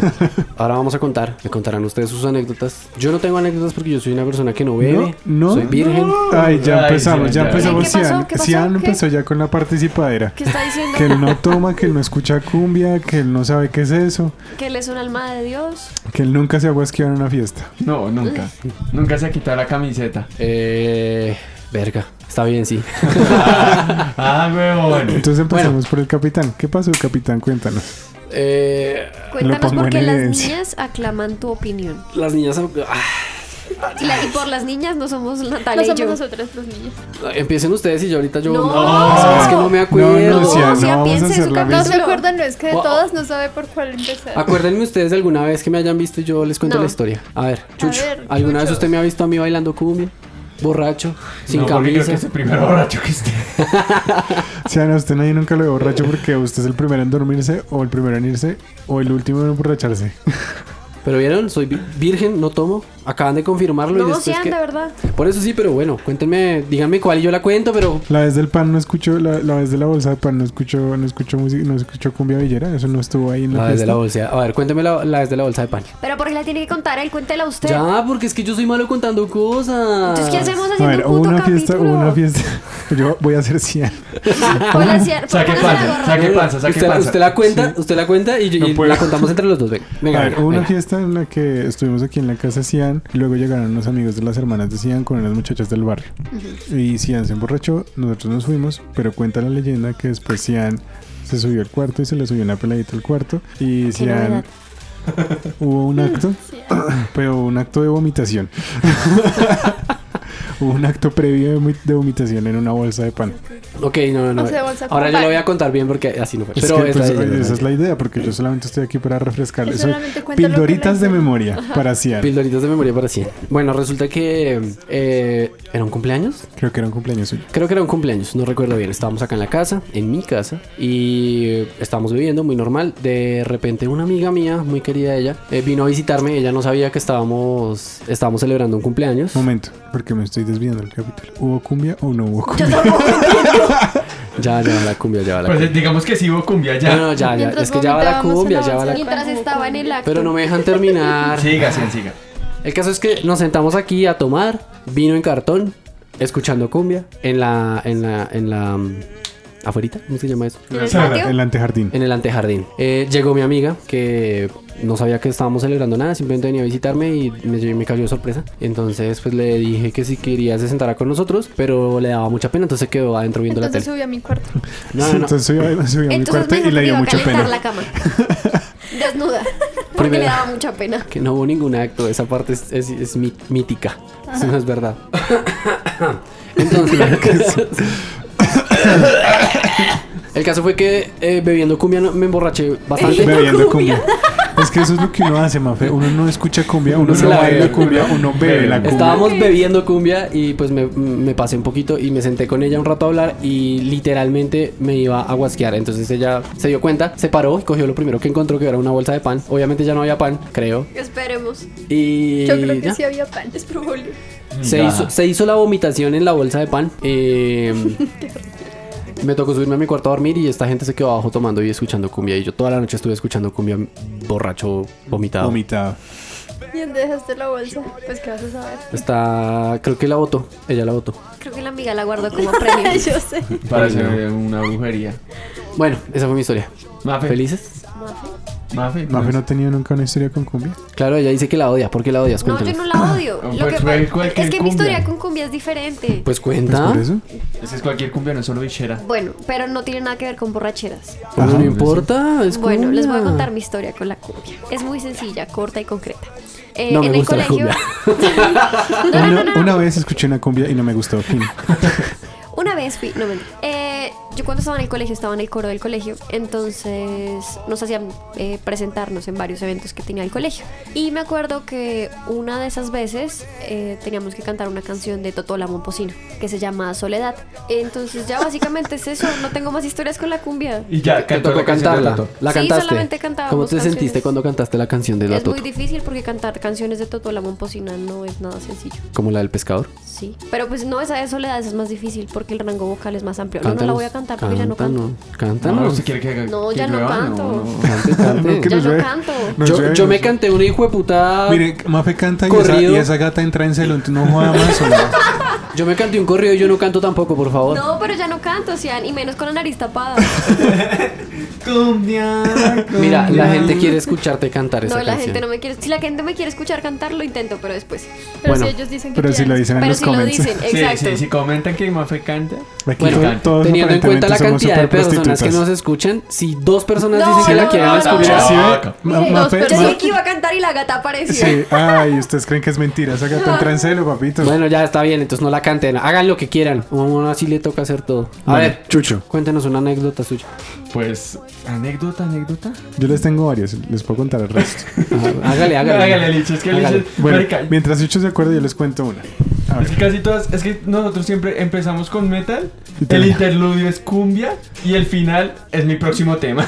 Ahora vamos a contar. Me contarán ustedes sus anécdotas. Yo no tengo anécdotas porque yo soy una persona que no bebe.
No, no.
soy virgen.
Ay, ya
Ay,
empezamos,
sí,
ya
ya.
empezamos.
¿Qué pasó?
Sian,
¿Qué pasó?
Sian
¿Qué?
empezó ya con la participadera.
¿Qué está diciendo?
Que él no toma, que él no escucha cumbia, que él no sabe qué es eso,
Que él es un alma de Dios.
que él nunca se ha guasqueado en una fiesta.
No, nunca. Nunca se ha quitado la camiseta.
Eh, verga. Está bien, sí.
Ah, huevón.
Entonces empezamos por el capitán. ¿Qué pasó, capitán? Cuéntanos.
Eh,
Cuéntanos
pongo
por
en
qué las
evidencia.
niñas aclaman tu opinión.
las niñas. ah,
Y, la- y por las niñas no somos Natalia y
No
yo.
somos nosotras los niños.
Empiecen ustedes y yo ahorita yo.
No.
Es que no me acuerdo.
No, no, sí,
No,
no,
o
vamos
sea,
a
piensa en
hacer
su
la
No
capítulo.
se acuerdan, no es que de
Wow. Ah,
todas no sabe por cuál empezar.
Acuérdenme ustedes de alguna vez que me hayan visto y yo les cuento
No.
la historia. A ver, Chucho.
ver,
¿Alguna vez
Chucho.
usted me ha visto a mí bailando cumbia? Borracho, sin camisa.
primer borracho que esté.
O sea, no, usted nadie nunca lo ve borracho porque usted es el primero en dormirse, o el primero en irse, o el último en emborracharse.
Pero vieron, soy vi- virgen, no tomo. Acaban de confirmarlo. y
No,
después
sean,
que-
de verdad.
Por eso sí, pero bueno, cuéntenme, díganme cuál y yo la cuento, pero
La vez del pan no escuchó, la, la vez de la bolsa de pan no escuchó, no escuchó música, no escuchó cumbia villera, eso no estuvo ahí en la,
la desde
fiesta.
la bolsa. A ver, cuénteme la, la desde la bolsa de pan.
Pero porque la tiene que contar él, cuéntela usted.
Ya, porque es que yo soy malo contando cosas.
Entonces, ¿qué hacemos
A
haciendo
ver, hubo
un puto
una fiesta,
capítulo?
hubo una fiesta. Yo voy a hacer 100.
Con la cier-
Saque
póngase la
panza,
gorra.
saque panza, saque
usted,
panza.
usted la cuenta, usted la cuenta y, y
No puedo.
la contamos entre los dos. Venga, venga.
a ver,
venga,
hubo una
venga.
fiesta en la que estuvimos aquí en la casa de Cian y luego llegaron unos amigos de las hermanas de Cian con unas muchachas del barrio. Y Cian se emborrachó, nosotros nos fuimos, pero cuenta la leyenda que después Cian se subió al cuarto y se le subió una peladita al cuarto y Cian
novedad.
hubo un acto, pero un acto de vomitación. hubo un acto previo de vomi- de vomitación en una bolsa de pan.
Ok, no, no, no.
O sea, bolsa con
Ahora yo
pan.
lo voy a contar bien porque así no fue.
Es
Pero
que,
es
pues,
la de-
esa es la idea, porque yo solamente estoy aquí para refrescarle.
Yo
Pues
Soy
solamente cuento lo que
pildoritas
la
de
hice.
memoria para Cian.
Pildoritas de memoria para sí. Bueno, resulta que eh, era un cumpleaños.
Creo que era un cumpleaños suyo.
Creo que era un cumpleaños, no recuerdo bien. Estábamos acá en la casa, en mi casa, y eh, estábamos viviendo muy normal. De repente una amiga mía, muy querida ella, eh, vino a visitarme. Ella no sabía que estábamos, estábamos celebrando un cumpleaños.
Momento, porque me estoy desviando del capítulo. ¿Hubo cumbia o no hubo cumbia?
Ya, ya va la cumbia, ya va la
Pues
cumbia.
digamos que sí hubo cumbia
No,
ya.
no, ya, ya.
Mientras
Es que ya va la
vomitábamos
cumbia,
en
ya va la
bolsa.
Mientras estaba en el acto.
Pero no me dejan terminar.
Siga, Cian, siga.
El caso es que nos sentamos aquí a tomar vino en cartón, escuchando cumbia, en la, en la, en la, mm, afuerita, ¿cómo se llama eso?
¿En el
Sala,
patio?
el antejardín.
En el antejardín. Eh, llegó mi amiga que no sabía que estábamos celebrando nada, simplemente venía a visitarme y me, me cayó de sorpresa. Entonces, pues le dije que si quería se sentara con nosotros, pero le daba mucha pena, entonces se quedó adentro viendo
Entonces
la tele.
subí a mi cuarto.
No, no, no.
Entonces subí a, subí a mi
Entonces
cuarto y
mejor
le
me
dio
iba a
mucha
calentar
pena.
la cama. Desnuda. Porque
Primero.
le daba mucha pena.
Que no hubo ningún acto, esa parte es, es- es mí- mítica. Eso no es verdad. Entonces, el caso fue que eh, bebiendo cumbia no- me emborraché bastante.
Bebiendo cumbia. Es que eso es lo que uno hace, Mafe. Uno no escucha cumbia, uno
se
no
la
baila
bebe.
cumbia, uno bebe la cumbia.
Estábamos bebiendo cumbia y pues me, me pasé un poquito y me senté con ella un rato a hablar y literalmente me iba a guasquear. Entonces ella se dio cuenta, se paró y cogió lo primero que encontró que era una bolsa de pan. Obviamente ya no había pan, creo.
Esperemos.
Y
Yo creo que
ya.
sí había pan, es probable.
se, hizo, se hizo la vomitación en la bolsa de pan. Eh, me tocó subirme a mi cuarto a dormir y esta gente se quedó abajo tomando y escuchando cumbia. Y yo toda la noche estuve escuchando cumbia borracho, vomitado.
Vomitado.
¿Y dónde dejaste la bolsa? Pues qué vas a saber.
Está, creo que la votó, ella la votó.
Creo que la amiga la guardó como premio.
Yo sé.
Para hacer una brujería.
Bueno, esa fue mi historia.
Mafe.
¿Felices?
Mafe. pues,
Mafe no ha tenido nunca una historia con cumbia.
Claro, ella dice que la odia. ¿Por qué la odias?
No, yo
Cuéntanos.
no la odio. Lo
Pues
que
fue
pasa-
cualquier
es que mi
cumbia.
historia con cumbia es diferente.
Pues
Pues
cuenta.
por eso.
Ese es cualquier cumbia, no es solo bichera.
Bueno, pero no tiene nada que ver con borracheras.
Pues
Ajá,
no
por
importa. es
Bueno, les voy a
cumbia.
contar mi historia con la cumbia. Es muy sencilla, corta y concreta. Eh,
No me
en
gusta la
el colegio. no, no, no,
Una,
no, no.
una vez escuché una cumbia y no me gustó. Fin.
Una vez fui, no mentira. Eh, yo cuando estaba en el colegio, estaba en el coro del colegio, entonces nos hacían eh, presentarnos en varios eventos que tenía el colegio. Y me acuerdo que una de esas veces eh, teníamos que cantar una canción de Totó la Momposina, que se llama Soledad. Entonces ya básicamente es eso, no tengo más historias con la cumbia.
Y ya,
Te
cantó
tocó
la canción de
cantarla.
Toto.
La
Sí,
cantaste.
solamente cantábamos
¿Cómo te
canciones.
sentiste cuando cantaste la canción de la
Es muy
Toto?
difícil porque cantar canciones de Totó la Momposina no es nada sencillo.
Como la del pescador.
Sí, pero pues no, esa de Soledad esa es más difícil porque el rango vocal es más amplio. no, no la
Cántanos.
voy a cantar porque ya no canto.
Cántanos, Cántanos.
No, si quiere que haga.
No,
que
ya no
llueva,
canto.
Cante, cante.
que
Ya
nos
no
lleve-
canto.
nos
Yo,
lleve-
yo me canté una hijo de puta.
Mire, Mafe canta y esa,
Corrido.
y esa gata entra en celo, entonces no joda más. o no.
Yo me canté un corrido y yo no canto tampoco, por favor.
No, pero ya no canto, Cian, y menos con la nariz tapada.
Mira, la gente quiere escucharte cantar
No,
esa
la
canción.
gente no me quiere. Si la gente me quiere escuchar cantar, lo intento, pero después.
Pero
Bueno,
si ellos dicen que
Pero si
quieren.
lo dicen en
Pero
los
si lo
comments.
dicen,
Sí,
exacto.
sí, si comentan que Mafe canta.
Aquí
Bueno,
to- todos
teniendo en cuenta la
aparentemente somos
cantidad de personas
superprostitutas.
que nos escuchan, si dos personas
No,
dicen que
no,
la quieren
Ah,
no, no,
escuchar,
no.
¿Sí ve?
Yo
Ma-
soy
Mafe-
Yo
dos
Ma-
dije que iba a cantar y la gata apareció.
Sí, ay, ustedes creen que es mentira, saca tan trancelo, papito.
bueno, ya está bien, entonces no la canten, hagan lo que quieran. Uno así le toca hacer todo. A
Bueno,
ver, Chucho, cuéntanos una anécdota suya.
Pues, anécdota, anécdota.
Yo les tengo varias, les puedo contar el resto.
Ajá, Hágale, hágale.
Hágale, Licho, es que Licho-
Hágale.
Bueno,
Marica,
mientras Chucho se acuerda, yo les cuento una. A
Es que
ver,
casi todas, es que nosotros siempre empezamos con metal,
Y
el
termina.
interludio es cumbia y el final es mi próximo tema.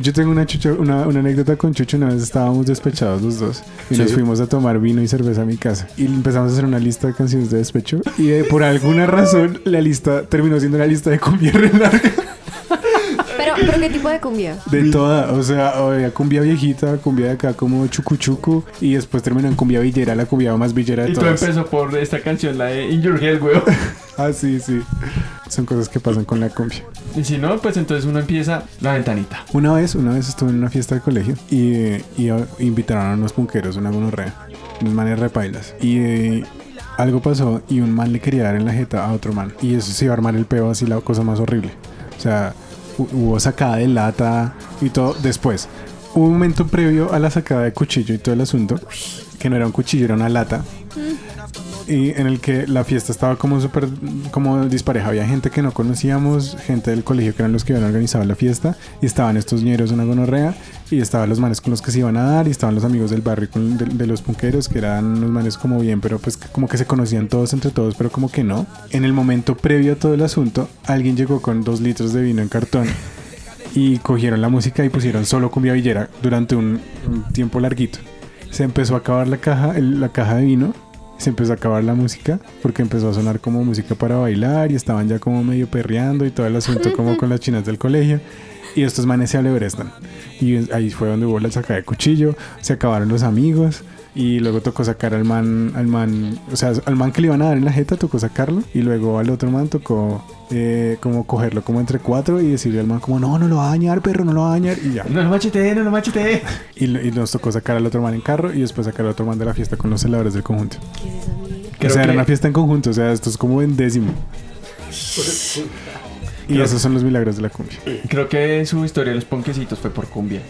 yo tengo una, Chucho- una, una anécdota con Chucho. Una vez estábamos despechados los dos y nos fuimos a tomar vino y cerveza a mi casa. Y empezamos a hacer una lista de canciones de despecho. Y eh, por alguna razón, la lista terminó siendo una lista de cumbia re larga.
Pero, pero ¿qué tipo de cumbia?
De toda, o sea, había cumbia viejita, cumbia de acá como chucuchucu y después terminó en cumbia villera, la cumbia más villera de
Y todo
todas.
empezó por esta canción, la de In Your Head, weón.
Ah, sí, sí. Son cosas que pasan con la cumbia.
Y si no, pues entonces uno empieza la ventanita.
Una vez, una vez estuve en una fiesta de colegio y, eh, y, ah, invitaron a unos punqueros, una gonorrea, unos manes repailas. Y eh, algo pasó y un man le quería dar en la jeta a otro man. Y eso se iba a armar el peo así, la cosa más horrible. O sea, hu- hubo sacada de lata y todo después. Hubo Un momento previo a la sacada de cuchillo y todo el asunto, que no era un cuchillo, era una lata. y en el que la fiesta estaba como súper como dispareja. Había gente que no conocíamos, gente del colegio que eran los que habían organizado la fiesta, y estaban estos ñeros una gonorrea, y estaban los manes con los que se iban a dar, y estaban los amigos del barrio con- de, de los punqueros, que eran unos manes como bien, pero pues que- como que se conocían todos entre todos, pero como que no. En el momento previo a todo el asunto, alguien llegó con dos litros de vino en cartón y cogieron la música y pusieron solo cumbia villera durante un, un tiempo larguito. Se empezó a acabar la caja, el- la caja de vino, se empezó a acabar la música porque empezó a sonar como música para bailar y estaban ya como medio perreando y todo el asunto como con las chinas del colegio. Y estos manes se alebrestan. Y ahí fue donde hubo la sacada de cuchillo, se acabaron los amigos y luego tocó sacar al man, al man, o sea, al man que le iban a dar en la jeta tocó sacarlo y luego al otro man tocó eh, como cogerlo como entre cuatro y decirle al man como no, no lo va a dañar, perro, no lo va a dañar y ya.
No lo machete, no lo machete.
Y, lo- y nos tocó sacar al otro man en carro y después sacar al otro man de la fiesta con los celadores del conjunto.
¿Qué es esa mierda?
o
Creo
sea, era
que-
una fiesta en conjunto, o sea, esto es como en décimo. Y esos son los milagros de la cumbia.
Creo que su historia de los ponquecitos fue por cumbia.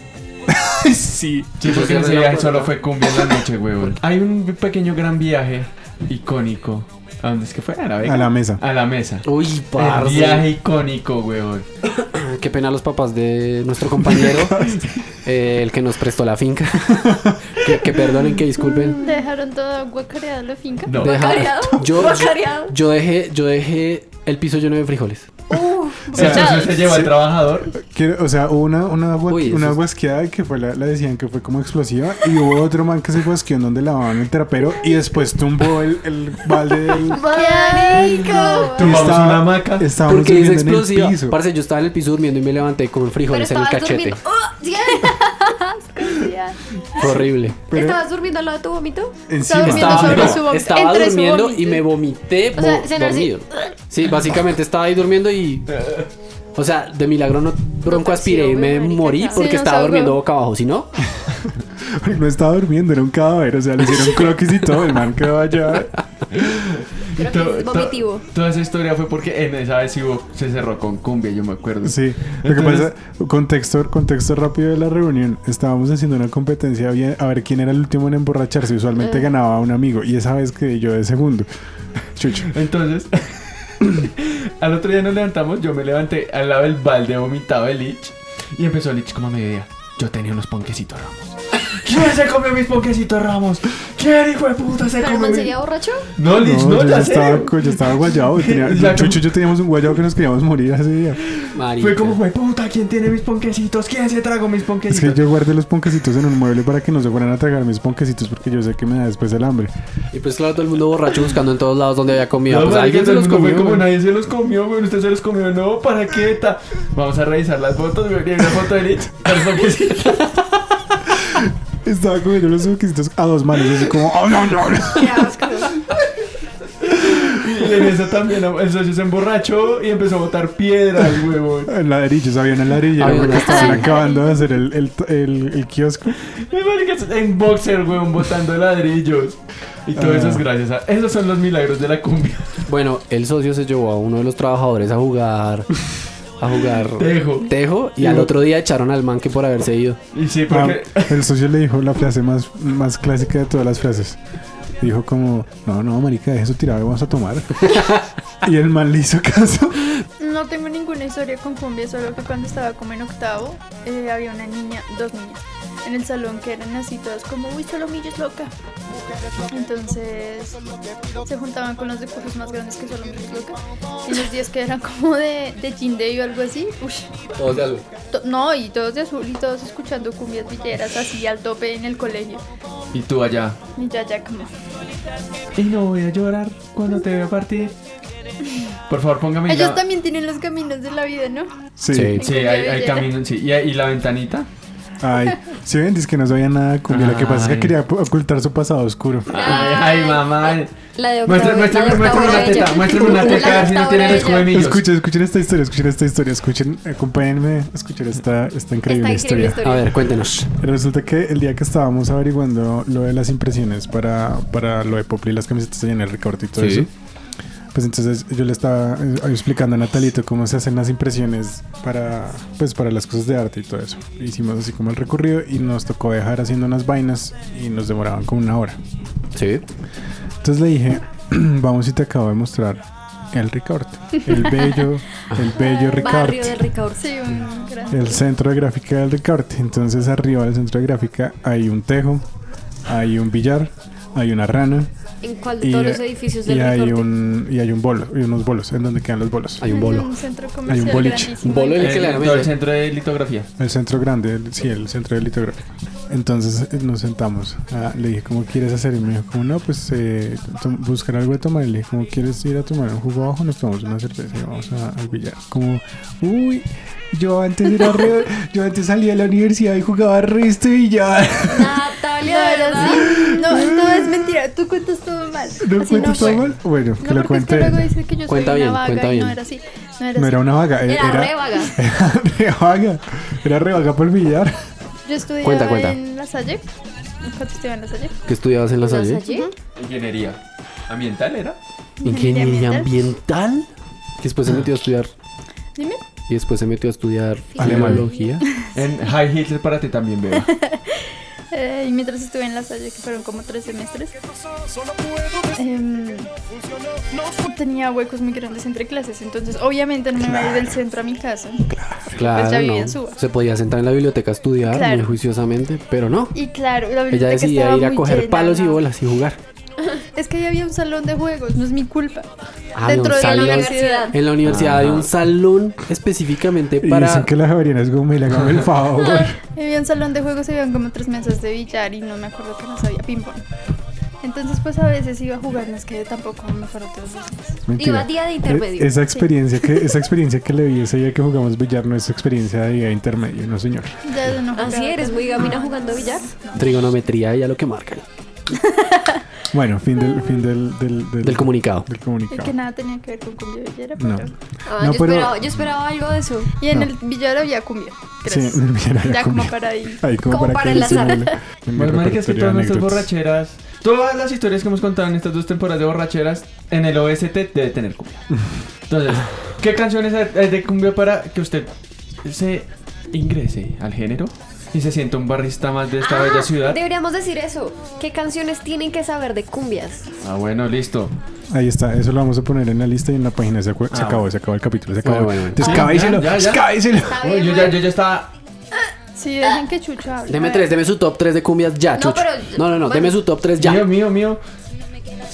sí.
Sí,
porque
porque
ese
ese
viaje
viaje solo fue cumbia en la noche, weón. Hay un pequeño gran viaje icónico. ¿A dónde es que fue? A la, Vega?
A la mesa.
A la mesa.
Uy,
El viaje
parce.
icónico, weón.
Qué pena los papás de nuestro compañero, eh, el que nos prestó la finca. que, que perdonen, que disculpen.
Dejaron toda guacareada la finca.
No.
Deja-
Guacareado,
yo,
guacareado.
yo dejé, yo dejé el piso lleno de frijoles.
Uf,
O sea,
bochados.
entonces se lleva al trabajador.
Quiero- o sea, hubo una, una, gua-
Uy, eso
una
es-
guasqueada que fue la, la decían que fue como explosiva y hubo otro man que se guasqueó en donde lavaban el trapero y después tumbó el, el balde del...
¡Marico!
y
Tumbamos una hamaca.
Estábamos
Porque
durmiendo en
es
el
explosiva.
piso.
Parce, yo estaba en el piso durmiendo y me levanté con
Pero
frijoles en el
estabas
cachete.
durmiendo. ¡Oh! Cian,
Fue horrible.
Pero
¿Estabas durmiendo al lado de tu vómito?
encima.
durmiendo
Estaba,
sobre
no,
su vom-
estaba
entre su
durmiendo
vómito.
y me vomité
O sea,
vo-
cenar así.
dormido. Sí, básicamente estaba ahí durmiendo y. O sea, de milagro no bronco aspiré y me
marica,
morí
claro.
porque
Sí, no
estaba
se ahogó.
durmiendo boca abajo. Si no,
No estaba durmiendo, era un cadáver. O sea, le hicieron croquis y todo. El man quedó allá.
Creo que es vomitivo.
Toda esa historia fue porque en esa vez sí hubo- se cerró con cumbia, yo me acuerdo.
Sí. Lo que
Entonces-
pasa, contexto, contexto rápido de la reunión. Estábamos haciendo una competencia bien- a ver quién era el último en emborracharse. Usualmente ganaba un amigo. Y esa vez quedé yo de segundo. Chucho.
Entonces, al otro día nos levantamos, yo me levanté al lado del balde vomitado de Lich y empezó Lich como a mediodía. Yo tenía unos ponquecitos ramos. ¿Quién se comió mis ponquecitos ramos? ¿Quién hijo de puta se
¿Pero el
comió?
man
mis-
sería borracho?
No, Lich, no,
yo
ya
estaba,
sé.
co- yo estaba guayado. tenía-
Ya, como-
Chucho y yo teníamos un guayado que nos queríamos morir ese día.
marica.
Fue como, güey, puta, ¿quién tiene mis ponquecitos? ¿Quién se tragó mis
Es
ponquecitos?
que yo guardé los ponquecitos en un mueble para que no se fueran a tragar mis ponquecitos porque yo sé que me da después el hambre.
Y pues, claro, todo el mundo borracho buscando en todos lados donde había comida.
No,
pues
marica,
alguien se
todo el
los
mundo
comió.
fue como
güey.
nadie se los comió, güey. Usted se los comió, no, ¿para qué ta? Vamos a revisar las fotos, güey. Y hay una foto de Lich, los ponquecitos.
Estaba comiendo los ponquecitos a dos manos. Así como, "Oh, no, no, no".
Y en esa también el socio se emborrachó y empezó a botar piedras, huevón.
Ladrillos, había una ladrillera
Había
porque
una-
estaban
Ay.
acabando de hacer el, el, el, el kiosco.
Y marica, En boxer, huevón, botando ladrillos. Y todo eso
Ah.
es gracias a... Esos son los milagros de la cumbia.
Bueno, el socio se llevó a uno de los trabajadores a jugar. A jugar
Tejo.
tejo y al otro día echaron al man que por haberse ido.
Y sí,
Ah,
porque...
el socio le dijo la frase más, más clásica de todas las frases. Dijo como, no, no, marica, deja eso tirado, vamos a tomar. y el man le hizo caso.
No tengo ninguna historia con cumbia, solo que cuando estaba como en octavo eh, había una niña, dos niñas, en el salón que eran así todas como, uy, Solomillo es loca. Entonces se juntaban con los de cursos más grandes que Solomillo es loca. Y los días que eran como de, de Jean Day o algo así, uy,
Todos de azul.
to- no, y todos de azul y todos escuchando cumbias villeras así al tope en el colegio.
Y tú allá.
Y ya, ya como,
Y no voy a llorar cuando te vea partir. Por favor, póngame
ellos
ya-
también tienen los caminos de la vida, ¿no?
Sí.
Sí.
Sí, hay, hay camino, sí. ¿Y, y la ventanita?
Ay, si ven, dice que no sabía nada de cumbia. Lo que pasa es que
Ay.
quería ocultar su pasado oscuro.
Ay, ay, mamá.
La de octavo.
Muéstrame, muéstrame, muéstrame una teta, muéstrame una teta, a ver si no tienen los cubenillos.
Escuchen, escuchen esta historia, escuchen esta historia, escuchen, acompáñenme a escuchar esta, esta increíble historia.
A ver, cuéntenos.
Resulta que el día que estábamos averiguando lo de las impresiones para, para lo de Popli, las camisetas de Janet Ricardo y todo
Sí.
eso, pues entonces yo le estaba eh, explicando a Natalito cómo se hacen las impresiones para, pues, para las cosas de arte y todo eso. Hicimos así como el recorrido y nos tocó dejar haciendo unas vainas y nos demoraban como una hora.
Sí.
Entonces le dije, vamos y te acabo de mostrar el Ricorte, el bello, el bello
Barrio
Ricorte.
de Ricaurte.
Sí, un gran-
El centro de gráfica del Ricorte. Entonces arriba del centro de gráfica hay un tejo, hay un billar, hay una rana
¿En cuál de
y,
todos los edificios del
y hay
Ricaurte?
un y hay un bolo, y unos bolos, en donde quedan los bolos.
Hay un bolo.
Un centro comercial
Hay un boliche.
grandísimo.
Bolo en
El,
el que le
todo el centro de litografía.
El centro grande, el- sí, el centro de litográfico. Entonces eh, nos sentamos. Ah, le dije, ¿cómo quieres hacer? Y me dijo, como no, pues eh, tom- buscar algo de tomar. Y le dije, ¿cómo quieres ir a tomar un jugo abajo? Nos tomamos una cerveza y vamos a, al billar. Como, uy, yo antes era re- yo antes salía de la universidad y jugaba resto y ya.
Natalia,
No,
¿verdad?
era así. No, no, es mentira. Tú cuentas todo mal.
¿No
Así
cuento todo
fue.
mal? Bueno, que lo
No, porque es
cuente.
que luego dice que yo
Cuenta
soy
bien,
una
cuenta
vaga y no
bien.
era así. No era
No
así.
era una vaga, e-
Era
era,
re vaga.
era re vaga. Era re vaga por el billar.
Yo estudiaba
Cuenta, cuenta.
en La Salle. ¿Cuánto estudiaba en La Salle?
¿Qué estudiabas en la Salle?
allí?
Ingeniería. ¿Ambiental era?
Ingeniería
Ingeniería
ambiental. Que después se metió a estudiar.
Dime.
Y después se metió a estudiar
Alemán.
filología.
En High Heels es para ti también, beba.
Eh, y mientras estuve en La Salle, que fueron como tres semestres, em, tenía huecos muy grandes entre clases. Entonces, obviamente, no me iba a ir del centro a mi casa.
Claro.
Pues ya vivía
no.
en Suba.
Se podía sentar en la biblioteca a estudiar
Claro.
muy juiciosamente, pero no.
Y claro, la
Ella
biblioteca
decidía
estaba
ir a
muy
coger
llena,
palos y
¿no?
bolas y jugar.
Es que ahí había un salón de juegos, no es mi culpa.
Ah,
Dentro de la
salón.
universidad.
En la universidad hay un salón específicamente
Ah. Y
para.
dicen que la Javeriana es como, me la hago el favor.
Había un salón de juegos, habían como tres mesas de billar y no me acuerdo que más había ping-pong. Entonces, pues a veces iba a jugar, no es que tampoco me fuera todos los días.
Mentira.
Iba día de intermedio.
E- Esa experiencia que, esa experiencia que le vi ese día que jugamos billar no es experiencia de día intermedio, no señor.
Ya yo no jugaba
Así eres,
tanto.
muy gamina jugando billar.
Trigonometría, ya lo que marcan.
Bueno, fin del, fin del, del,
Del comunicado.
del
Y que
comunicado.
nada tenía que ver con cumbia villera,
No.
pero...
Ah,
No,
yo,
pero-
esperaba, yo esperaba algo de eso.
Y en
No.
el billar había cumbia.
Sí,
Tres.
en el billar había
ya como
cumbia.
para ahí.
Ahí como, para,
Como para
que le
enlazar.
simule en mi
Bueno, marica, es que todas
repertorio de
nuestras
anécdotas.
borracheras, todas las historias que hemos contado en estas dos temporadas de borracheras, en el OST debe tener cumbia. Entonces, ¿qué canciones hay de cumbia para que usted se ingrese al género y se sienta un barrista más de esta
Ah,
bella ciudad?
Deberíamos decir eso. ¿Qué canciones tienen que saber de cumbias?
Ah, bueno, listo.
Ahí está, eso lo vamos a poner en la lista y en la página. Se, acu- se
Ah,
acabó,
bueno.
se acabó el capítulo, se acabó.
Bueno, bueno.
Descabécelo,
Ya, ya, ya.
descabécelo.
Está
Uy,
bien,
yo, ya, yo ya estaba.
Sí, dejen que Chucho hable.
Deme
A ver.
tres, deme su top 3 de cumbias ya,
No,
Chucho.
pero-
no, no, no,
bueno.
deme su top 3 ya.
Mío, mío, mío.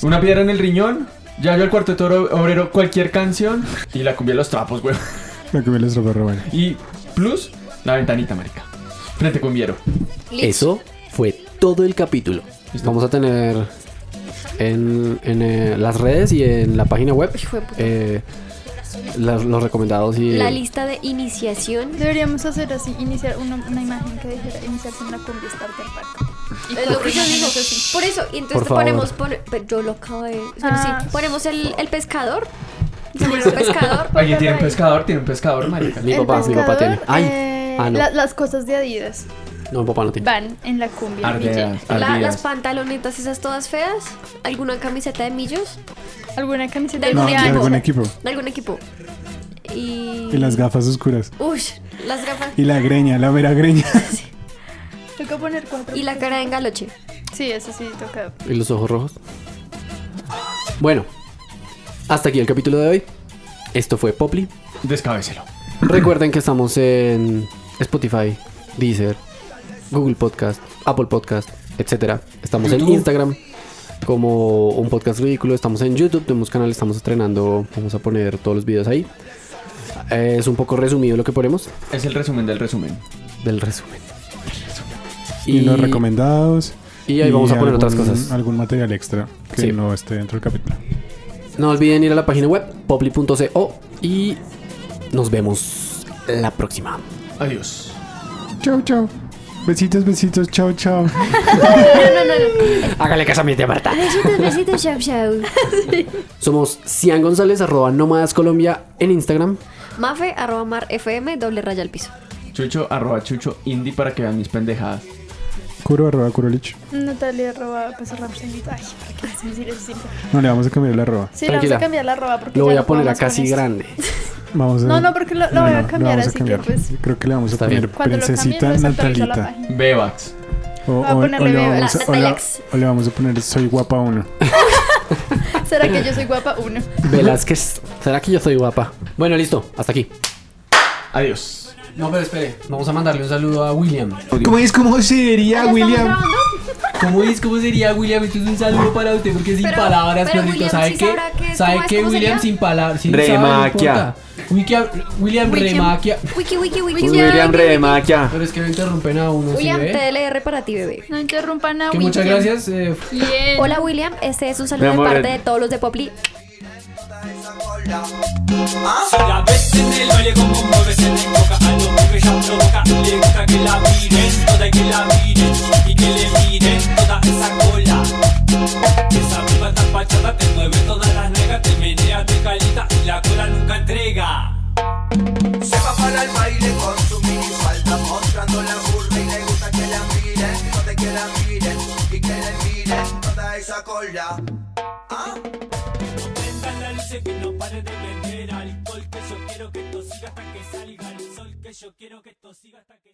Una piedra en el riñón. Ya yo el cuarteto Obre- obrero, cualquier canción. Y la cumbia de los trapos, güey.
Lo que me les robó Román.
Y plus, la ventanita, marica. Frente cumbiero.
Listo.
Eso fue todo el capítulo. Vamos a tener en, en, eh, las redes y en la página web
Hijo de puta.
eh, las- los recomendados y
La lista de iniciación.
Deberíamos hacer así, iniciar una, una imagen que dijera iniciarse en la cumbia Starter Pack.
Es lo que yo digo.
Eso sí.
Por eso, y entonces
Por
te
favor.
ponemos. pone- pero yo lo acabo de. o sea,
Ah.
sí, ponemos el, el pescador. Ponemos el pescador.
Alguien tiene un pescador, tiene un pescador, marica.
Mi
El
papá, mi papá tiene.
pescador,
Ay,
eh,
ah, no.
la- las cosas de Adidas
No, mi papá no tiene.
van en la cumbia. DJ.
Ardeas,
la- las
ardeas.
pantalonetas esas todas feas. Alguna camiseta de millos.
¿Alguna camiseta
Del
No, de
Equipo.
algún equipo.
De algún equipo. Y.
Y las gafas oscuras.
Uy, las gafas.
Y la greña, la vera greña.
Toca poner cuatro.
Y la cara de engaloche.
Sí, eso sí, toca.
¿Y los ojos rojos? Bueno, hasta aquí el capítulo de hoy. Esto fue Poply.
Descabécelo.
Recuerden que estamos en Spotify, Deezer, Google Podcast, Apple Podcast, etcétera. Estamos en Instagram como un podcast ridículo. Estamos en YouTube, tenemos canal, estamos estrenando. Vamos a poner todos los videos ahí. Eh, es un poco resumido lo que ponemos
Es el resumen del resumen.
del resumen.
Y, los recomendados.
y ahí vamos a poner otras
algún-
cosas.
Algún material extra que
Sí.
no esté dentro del capítulo.
No olviden ir a la página web poply.co y nos vemos la próxima.
Adiós.
Chao, chao. Besitos, besitos. Chao, chao.
Hágale caso a mi tía Marta.
Besitos, besitos, chau, chau.
Somos Cian González, arroba Nómadas Colombia en Instagram.
Mafe, arroba mar FM, doble raya al piso.
Chucho, arroba chucho indie para que vean mis pendejadas.
Curo arroba curolich.
Natalia arroba Peso Ramos en YouTube. Ay, ¿para qué hacemos decir eso siempre?
No le vamos a cambiar la arroba.
Sí, le
Tranquila.
vamos a cambiar la arroba porque
Lo voy
ya
a poner
podemos
acá así
con esto.
grande.
Vamos a-
No, no, porque lo, lo
No,
voy
no,
a
lo
cambiar,
vamos a
así
cambiar.
que pues.
Creo que le vamos a
Está
poner
bien.
Cuando
princesita
lo cambie, lo
Natalita.
desactualizo la página.
Bebax.
O,
Voy a
o-
ponerle
o le
beba.
vamos,
La-
o le-
Natalax.
o le vamos a poner soy guapa uno.
¿Será que yo soy guapa? Uno.
Velázquez. ¿Será que yo soy guapa? Bueno, listo. Hasta aquí.
Adiós.
No, pero espere. Vamos a mandarle un saludo a William.
¿Cómo es? ¿Cómo sería William?
¿Cómo es? ¿Cómo sería William? Esto es un saludo para usted porque sin
Pero-
palabras,
pero
perrito.
William
¿Sabe
sí
qué?
sabrá qué es,
¿Sabe
cómo es,
qué?
cómo
William
sería?
sin palabras. Sin
Remaquia.
saber, no importa. Wiki- William
William.
Remaquia.
Wiki, wiki, wiki.
William ¿eh? Remaquia.
Pero es que no interrumpen a uno, ¿sí
William,
ve?
TLR para ti, bebé.
No interrumpan a
Que muchas
William.
gracias. eh,
Bien.
Hola, William. Este es un saludo de
Mi amor,
parte
el-
de todos los de Popli.
La ves en el baile como mueves en el coca A los pibes ya provoca Le gusta que la miren, toda y que la miren Y que le miren toda esa cola Esa piba tan pachada te mueve todas las negas Te menea, te calita y la cola nunca entrega
Se va para el baile con su mini falta Mostrando la burla y le gusta que la miren No te que la miren y que le miren Toda esa cola
Prendan la luz que no pare de vender alcohol Que yo quiero que esto siga hasta que salga el sol Que yo quiero que esto siga hasta que